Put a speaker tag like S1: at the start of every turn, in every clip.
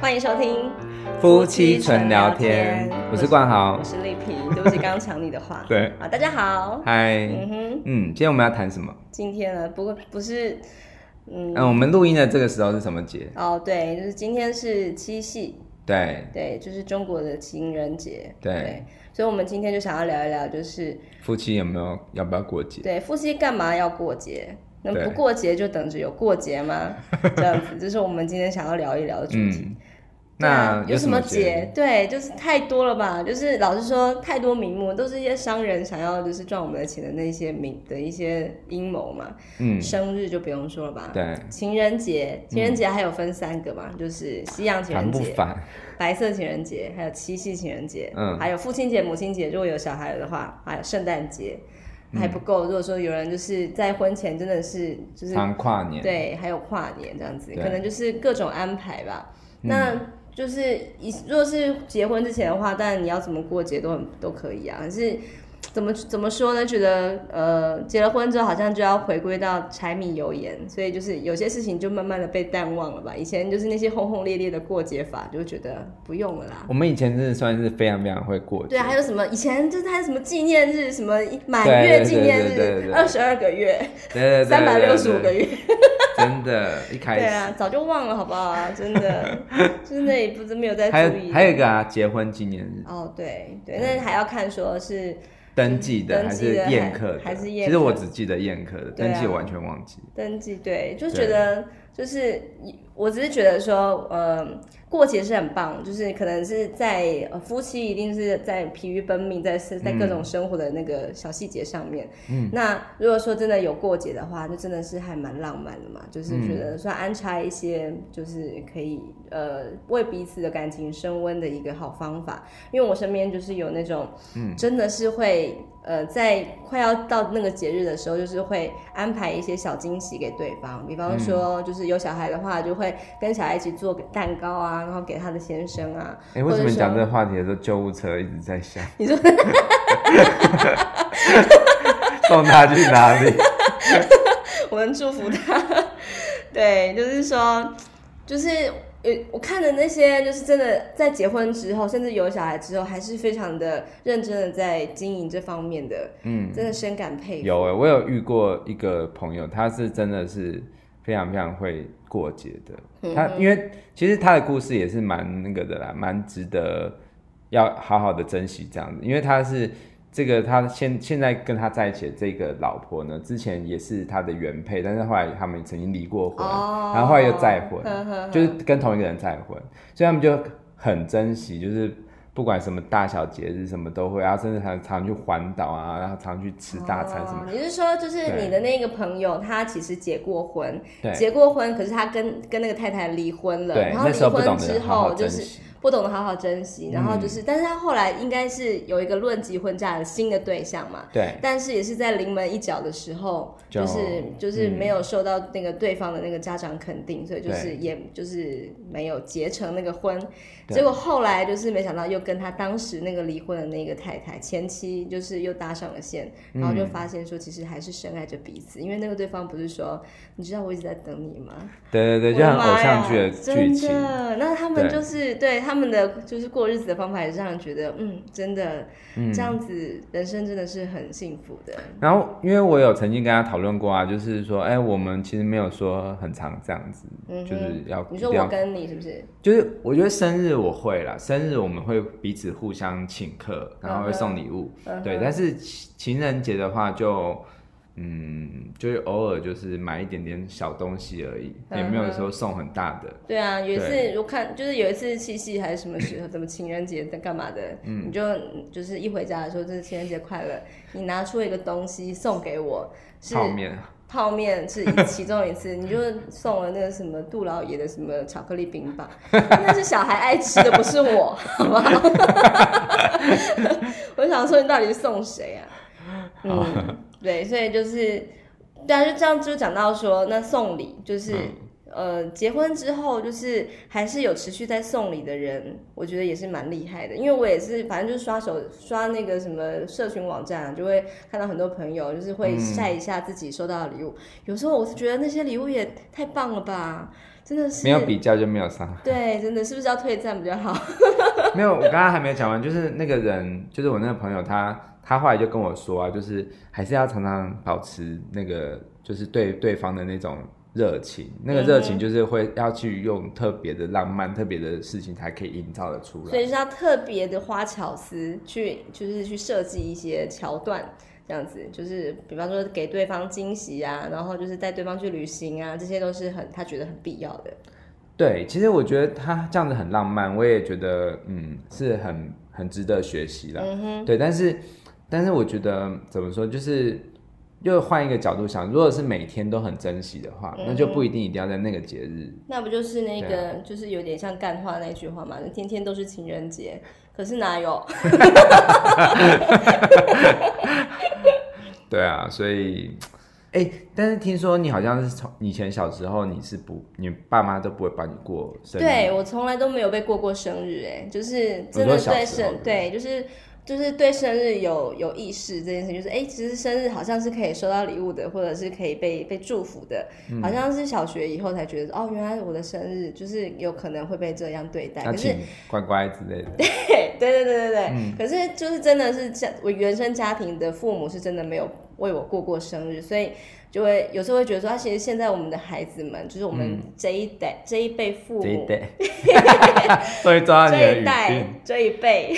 S1: 欢迎收听
S2: 夫妻纯聊天，我是冠豪。
S1: 我。是丽萍，对不起，刚刚抢你的话
S2: 对，
S1: 啊，大家好。
S2: 嗨，
S1: 嗯哼，
S2: 嗯，今天我们要谈什么？
S1: 今天呢，不过不是，嗯，
S2: 嗯，我们录音的这个时候是什么节？
S1: 哦，对，就是今天是七夕，
S2: 对，
S1: 对，就是中国的情人节。
S2: 对
S1: 所以我们今天就想要聊一聊，就是
S2: 夫妻有没有要不要过节？
S1: 对夫妻干嘛要过节？那
S2: 对
S1: 不过节就等着有过节吗？这样子，这是我们今天想要聊一聊的主题。
S2: 嗯，
S1: 对啊
S2: 那
S1: 有
S2: 什
S1: 么
S2: 节？？
S1: 对，就是太多了吧？就是老实说，太多名目，都是一些商人想要就是赚我们的钱的那些名的一些阴谋嘛。
S2: 嗯，
S1: 生日就不用说了吧。
S2: 对，
S1: 情人节，情人节还有分三个嘛，就是西洋情
S2: 烦
S1: 人
S2: 不
S1: 节、
S2: 烦？
S1: 白色情人节，还有七夕情人节，
S2: 嗯
S1: 还有父亲节、母亲节，如果有小孩的话，还有圣诞节。
S2: 嗯
S1: 还不够。如果说有人就是在婚前真的是就是
S2: 常跨年。
S1: 对，还有跨年这样子，
S2: 对嗯
S1: 可能就是各种安排吧。那就是一，如果是结婚之前的话，当然你要怎么过节都很都可以啊。可是怎么怎么说呢？觉得呃，结了婚之后好像就要回归到柴米油盐，所以就是有些事情就慢慢的被淡忘了吧。以前就是那些轰轰烈烈的过节法，就觉得不用了啦。
S2: 我们以前真的算是非常非常会过节。
S1: 对啊，还有什么以前就是还有什么纪念日，什么满
S2: 对
S1: 月
S2: 对
S1: 纪
S2: 对
S1: 念
S2: 对对对
S1: 日，二十二个月，
S2: 对对对
S1: 三百六十五个
S2: 月，
S1: 月。
S2: 真的，一开
S1: 对
S2: 始。
S1: 啊，早就忘了，好不好？真 的，就是那也不是没有在
S2: 还
S1: 注意
S2: 有
S1: 的。
S2: 还有一个啊，嗯结婚纪念日，
S1: 哦，对对，那还要看说是
S2: 登记的
S1: 登
S2: 还
S1: 记
S2: 是
S1: 的
S2: 宴
S1: 还
S2: 客的？
S1: 还是宴
S2: 其实我
S1: 客
S2: 只记得宴客的，
S1: 对
S2: 登记
S1: 啊
S2: 我完全忘记。
S1: 登记，对，就
S2: 对
S1: 觉得就是我只是觉得说，呃，过节是很棒，就是可能是在、呃夫妻一定是在疲于奔命，在在各种生活的那个小细节上面。嗯，那如果说真的有过节的话，那真的是还蛮浪漫的嘛，就是觉得说安插一些就是可以呃为彼此的感情升温的一个好方法。因为我身边就是有那种，
S2: 嗯
S1: 真的是会呃，在快要到那个节日的时候，就是会安排一些小惊喜给对方，比方说
S2: 嗯
S1: 就是有小孩的话，就会跟小孩一起做个蛋糕啊，然后给他的先生啊，
S2: 哎，为
S1: 或
S2: 什么
S1: 者
S2: 你讲这
S1: 说
S2: 个话题的时候，救护车一直在响？
S1: 你说
S2: 送他去 哪里？
S1: 我们祝福他，对，就是说，就是。呃，我看的那些就是真的在结婚之后，甚至有小孩之后，还是非常的认真的在经营这方面的，嗯，真的深感佩服。
S2: 有哎、我有遇过一个朋友，他是真的是非常非常会过节的。
S1: 嗯
S2: 他因为其实他的故事也是蛮那个的啦，蛮值得要好好的珍惜这样子。因为他是这个他现现在跟他在一起的这个老婆呢，之前也是他的原配，但是后来他们曾经离过婚，
S1: 哦
S2: 然后后来又再婚，
S1: 呵呵呵
S2: 就是跟同一个人再婚，所以他们就很珍惜，就是不管什么大小节日什么都会，然后甚至常常去环岛啊，然后常去吃大餐什么。
S1: 哦你是说，就是
S2: 对
S1: 你的那个朋友，他其实结过婚，
S2: 对
S1: 结过婚，可是他跟跟那个太太离婚了，
S2: 对，
S1: 然后
S2: 那
S1: 离
S2: 时候不
S1: 婚
S2: 懂
S1: 之
S2: 得好
S1: 后
S2: 好
S1: 就
S2: 珍
S1: 是
S2: 惜。嗯
S1: 不懂得好好珍惜，然后就是，但是他后来应该是有一个论及婚嫁的新的对象嘛。
S2: 对，
S1: 但是也是在临门一脚的时候，
S2: 就嗯
S1: 就是就是没有受到那个对方的那个家长肯定，所以就是也就是没有结成那个婚。
S2: 对
S1: 结果后来就是没想到又跟他当时那个离婚的那个太太前妻就是又搭上了线，
S2: 嗯
S1: 然后就发现说其实还是深爱着彼此，因为那个对方不是说你知道我一直在等你吗？
S2: 对对对，
S1: 我
S2: 就
S1: 的
S2: 很偶
S1: 妈呀
S2: 像剧的剧情
S1: 真。的，那他们
S2: 对
S1: 就是对他们的就是过日子的方法，也是让人觉得嗯，真的、
S2: 嗯
S1: 这样子人生真的是很幸福的。
S2: 然后，因为我有曾经跟他讨论过啊，就是说，哎、我们其实没有说很常这样子，
S1: 嗯哼
S2: 就是要
S1: 你
S2: 一
S1: 说
S2: 定
S1: 我
S2: 要，
S1: 跟你是不是？
S2: 就是我觉得生日我会啦，生日我们会彼此互相请客，然后会送礼物，
S1: 嗯哼
S2: 对。但是情情人节的话就。嗯，就是偶尔就是买一点点小东西而已，也没有说送很大的。
S1: 对啊，有一次
S2: 对
S1: 我看就是有一次七夕还是什么时候，怎么情人节在干嘛的，
S2: 嗯
S1: 你就就是一回家的时候，就是情人节快乐，你拿出一个东西送给我，是
S2: 泡面，
S1: 泡面是一其中一次，你就送了那个什么杜老爷的什么巧克力冰棒， 那是小孩爱吃的，不是我，好 不好？我想说你到底是送谁啊？嗯，对，所以就是，对啊，就这样就讲到说，那送礼就是呃，结婚之后就是还是有持续在送礼的人，我觉得也是蛮厉害的。因为我也是，反正就是刷手刷那个什么社群网站、啊，就会看到很多朋友就是会晒一下自己收到的礼物。有时候我是觉得那些礼物也太棒了吧，真的是
S2: 没有比较就没有伤害。
S1: 对，真的是不是要退战比较好？
S2: 没有，我刚刚还没有讲完，就是那个人，就是我那个朋友他，他后来就跟我说啊，就是还是要常常保持那个，就是对对方的那种热情，那个热
S1: 嗯
S2: 情就是会要去用特别的浪漫、特别的事情才可以营造的出
S1: 所
S2: 来。
S1: 以是要特别的花巧思去，就是去设计一些桥段，这样子，就是比方说给对方惊喜啊，然后就是带对方去旅行啊，这些都是很他觉得很必要的。
S2: 对，其实我觉得他这样子很浪漫，我也觉得嗯是很很值得学习啦。
S1: 嗯哼，
S2: 对，但是但是我觉得怎么说，就是又换一个角度想，如果是每天都很珍惜的话，那
S1: 嗯
S2: 就不一定一定要在那个节日。
S1: 那不就是那
S2: 对
S1: 个，就是有点像干话那句话嘛，就天天都是情人节，可是哪有？
S2: 对啊，所以，哎、但是听说你好像是从以前小时候你是不，你爸妈都不会帮你过生日，
S1: 对我从来都没有被过过生日、哎，就是真的
S2: 很多小
S1: 对
S2: 时候
S1: 生对，就是就是对生日有有意识这件事情，就是哎、其实生日好像是可以收到礼物的，或者是可以被被祝福的，
S2: 嗯
S1: 好像是小学以后才觉得哦，原来我的生日就是有可能会被这样对待，
S2: 要
S1: 可是
S2: 请嗯乖乖之类的。
S1: 对对对对对，可是就是真的是家我原生家庭的父母是真的没有为我过过生日，所以就会有时候会觉得说，啊，其实现在我们的孩子们，就是我们这一代、这一辈父
S2: 嗯这一
S1: 母。
S2: 代， 终于抓到你
S1: 这
S2: 的
S1: 一
S2: 语嗯
S1: 代
S2: 病。
S1: 这一辈、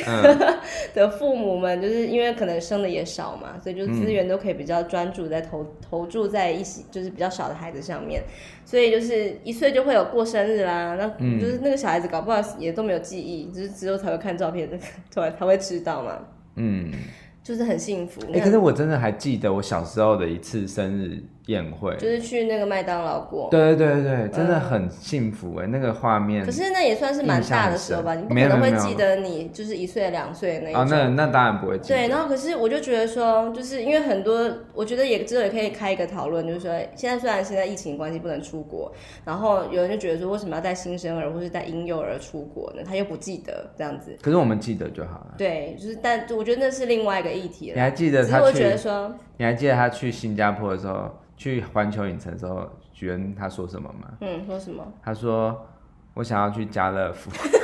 S1: 的父母们，就是因为可能生的也少嘛，所以就是
S2: 嗯
S1: 资源都可以比较专注在投投注在一起，就是比较少的孩子上面，所以就是一岁就会有过生日啦。那
S2: 嗯
S1: 就是那个小孩子搞不好也都没有记忆，就是之后才会看照片， 才才会知道嘛，
S2: 嗯，
S1: 就是很幸福。
S2: 哎、可是我真的还记得我小时候的一次生日宴会，
S1: 就是去那个麦当劳过，
S2: 对对对对，真的很幸福哎、那个画面
S1: 可是那也算是蛮大的时候吧，你
S2: 印象
S1: 不可
S2: 很深
S1: 能会
S2: 没有没有没有
S1: 记得你就是一岁两岁那一
S2: 啊、
S1: 种。
S2: 那那当然不会记得。
S1: 对，然后可是我就觉得说，就是因为很多，我觉得也之后也可以开一个讨论，就是说，现在虽然现在疫情关系不能出国，然后有人就觉得说，为什么要带新生儿或是带婴幼儿出国呢？他又不记得这样子。
S2: 可是我们记得就好了。
S1: 对，就是但我觉得那是另外一个议题
S2: 你
S1: 了。
S2: 还记
S1: 只
S2: 得
S1: 是
S2: 他
S1: 我觉
S2: 去
S1: 得说，
S2: 你还记得他去新加坡的时候，去环球影城的时候，许恩他说什么吗？
S1: 嗯，说什么？
S2: 他说：“我想要去家乐福。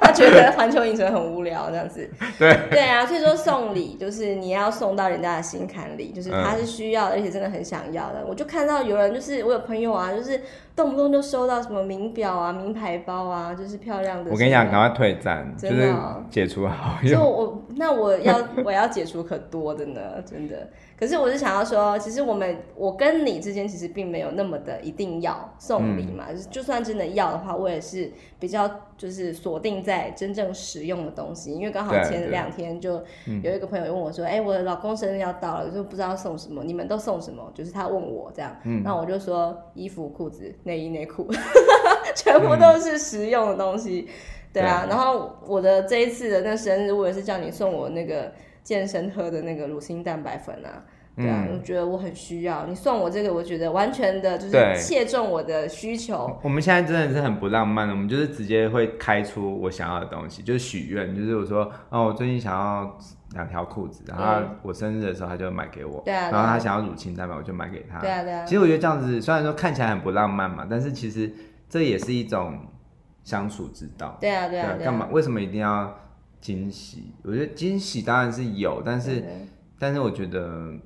S1: 他觉得环球影城很无聊这样子。”
S2: 对，
S1: 对啊，所以说送礼就是你要送到人家的心坎里，就是
S2: 嗯
S1: 他是需要的，而且真的很想要的。我就看到有人，就是我有朋友啊，就是动不动就收到什么名表啊、名牌包啊，就是漂亮的。
S2: 我跟你讲，赶，快退战，就
S1: 真的
S2: 是
S1: 哦
S2: 解除好
S1: 就
S2: 友。
S1: 我那我 要我要解除可多的呢，真的。可是我是想要说，其实我们我跟你之间其实并没有那么的一定要送礼
S2: 嗯
S1: 嘛，就是就算真的要的话，我也是比较就是锁定在真正实用的东西，因为刚好
S2: 对
S1: 前
S2: 对嗯
S1: 两天就有一个朋友问我说：“哎、我的老公生日要到了，就不知道送什么，你们都送什么？”就是他问我这样，
S2: 嗯
S1: 那我就说衣服、裤子、内衣、内裤， 全部都
S2: 嗯
S1: 是实用的东西。对啊，然后我的这一次的那生日，我也是叫你送我那个健身喝的那个乳清蛋白粉啊。对啊，
S2: 嗯
S1: 我觉得我很需要你送我这个，我觉得完全的就是
S2: 对
S1: 切中我的需求。
S2: 哦我们现在真的是很不浪漫的，我们就是直接会开出我想要的东西，就是许愿，就是我说，哦，我最近想要两条裤子，然后我生日的时候他就买给我，
S1: 对啊
S2: 然后他想要乳清蛋白，我就买给他。
S1: 对啊，对啊
S2: 其，实我觉得这样子，虽然说看起来很不浪漫嘛，但是其实这也是一种相处之道。
S1: 对啊，对啊，对啊
S2: 干嘛？？为什么一定要惊喜？我觉得惊喜当然是有，但是
S1: 对对
S2: 但是我觉得，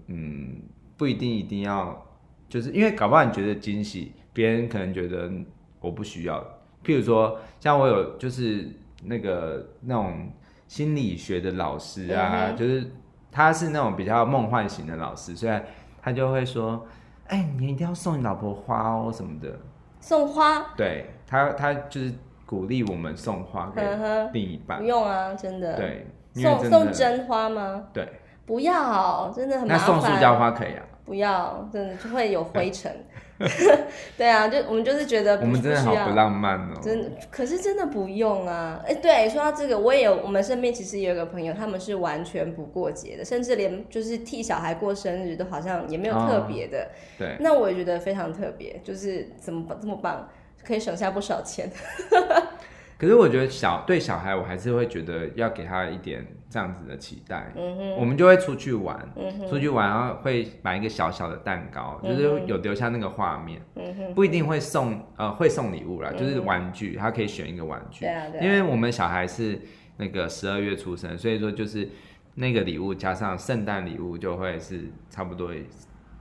S2: 嗯，不一定一定要，就是因为搞不好你觉得惊喜，别人可能觉得我不需要。譬如说，像我有就是那个那种心理学的老师
S1: 嗯
S2: 啊，
S1: 哼
S2: 就是他是那种比较梦幻型的老师，所以他就会说，哎、你一定要送你老婆花哦什么的。
S1: 送花，
S2: 对他，他就是鼓励我们送花给
S1: 嗯哼，
S2: 另一半
S1: 不。用啊，真的。，
S2: 对，因为
S1: 送
S2: 真
S1: 送
S2: 的
S1: 真花吗？
S2: 对，
S1: 不要，真的很
S2: 那
S1: 麻
S2: 送塑胶
S1: 烦。
S2: 花可以啊。
S1: 不要，真的就会有灰尘。 对啊，就我们就是觉得不
S2: 我们真的
S1: 不
S2: 好
S1: 需要
S2: 不浪漫哦。
S1: 真的，可是真的不用啊！哎、对，说到这个，我也有，我们身边其实也有一个朋友，他们是完全不过节的，甚至连就是替小孩过生日都好像也没有特别的。
S2: 哦对，
S1: 那我也觉得非常特别，就是怎么这么棒？可以省下不少钱。
S2: 可是我觉得小对小孩，我还是会觉得要给他一点这样子的期待。
S1: 嗯哼，
S2: 我们就会出去玩，
S1: 嗯哼，
S2: 出去玩，然后会买一个小小的蛋糕，
S1: 嗯哼
S2: 就是有留下那个画面，
S1: 嗯哼，
S2: 不一定会送呃会送礼物啦，
S1: 嗯
S2: 就是玩具，他可以选一个玩具
S1: 对。啊，对啊，
S2: 因为我们小孩是那个十二月出生，所以说就是那个礼物加上圣诞礼物就会是差不多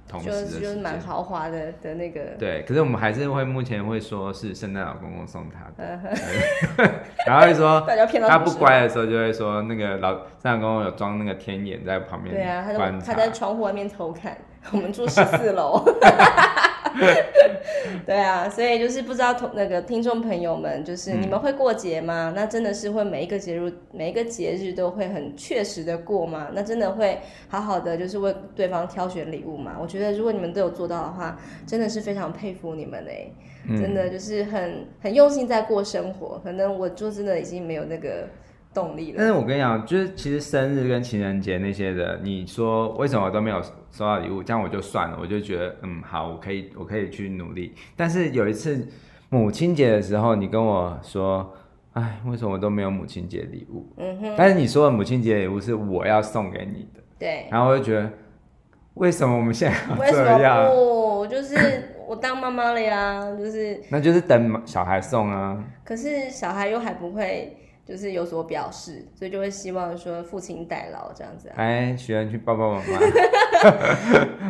S2: 同时
S1: 就
S2: 的
S1: 是
S2: 时
S1: 就是蛮
S2: 间。
S1: 豪华的的那个，
S2: 对，可是我们还是会目前会说是圣诞老公公送他的，
S1: 嗯哼，
S2: 然后会 说
S1: 大家骗到
S2: 哦他
S1: 什么
S2: 不
S1: 时候，
S2: 乖的时候就会说那个老圣诞老公公有装那个天眼在旁边
S1: 对啊，他
S2: 观
S1: 在
S2: 察
S1: 他，在窗户外面偷看，我们住十四 楼。对啊，所以就是不知道同那个听众朋友们，就是
S2: 嗯
S1: 你们会过节吗？那真的是会每一个节日每一个节日都会很确实的过吗？那真的会好好的就是为对方挑选礼物吗？我觉得如果你们都有做到的话，真的是非常佩服你们哎、
S2: 嗯
S1: 真的就是很很用心在过生活。可能我就真的已经没有那个动力
S2: 但
S1: 了。
S2: 是我跟你讲，就是其实生日跟情人节那些的，你说为什么都没有收到礼物，这样我就算了，我就觉得嗯好，我可以我可以去努力。但是有一次母亲节的时候，你跟我说，哎，为什么都没有母亲节礼物？
S1: 嗯哼，
S2: 但是你说的母亲节礼物是我要送给你的，
S1: 对。
S2: 然后我就觉得为什么我们现 在
S1: 为
S2: 要
S1: 什
S2: 这
S1: 么
S2: 样？
S1: 不？就是 我当妈妈了呀，就是，
S2: 那就是等小孩送啊。
S1: 可是小孩又还不会，就是有所表示，所以就会希望说父亲代劳这样子啊。
S2: 哎，学员去抱抱妈 妈。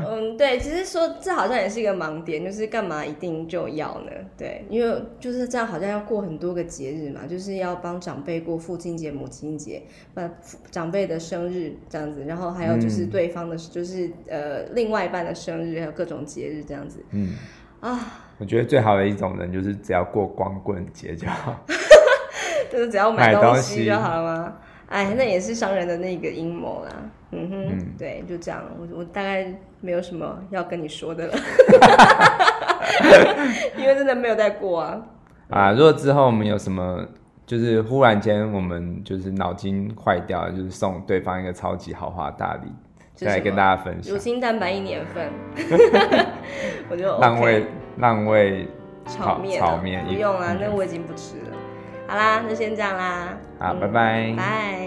S1: 嗯，对，其实说这好像也是一个盲点，就是干嘛一定就要呢？对，因为就是这样，好像要过很多个节日嘛，就是要帮长辈过父亲节、母亲节，呃，父长辈的生日这样子，然后还有
S2: 嗯
S1: 就是对方的，就是呃另外一半的生日，还有各种节日这样子
S2: 嗯，
S1: 啊。
S2: 我觉得最好的一种人就是只要过光棍节就好。
S1: 就是只要买东西就好了吗？哎，那也是商人的那个阴谋啦。嗯哼，
S2: 嗯
S1: 对，就这样。我我大概没有什么要跟你说 的了，因为真的没有在过啊。
S2: 啊，如果之后我们有什么，就是忽然间我们就是脑筋坏掉，就是送对方一个超级豪华大礼，
S1: 是
S2: 再来
S1: 什
S2: 跟
S1: 么
S2: 大家分享
S1: 乳，清蛋白一年 份，我就 OK,
S2: 浪味浪味
S1: 炒面啊
S2: 炒面一
S1: 不用啦，
S2: 嗯
S1: 那我已经不吃了。好啦，那先这样啦。
S2: 啊，
S1: 嗯
S2: 拜拜。
S1: 拜。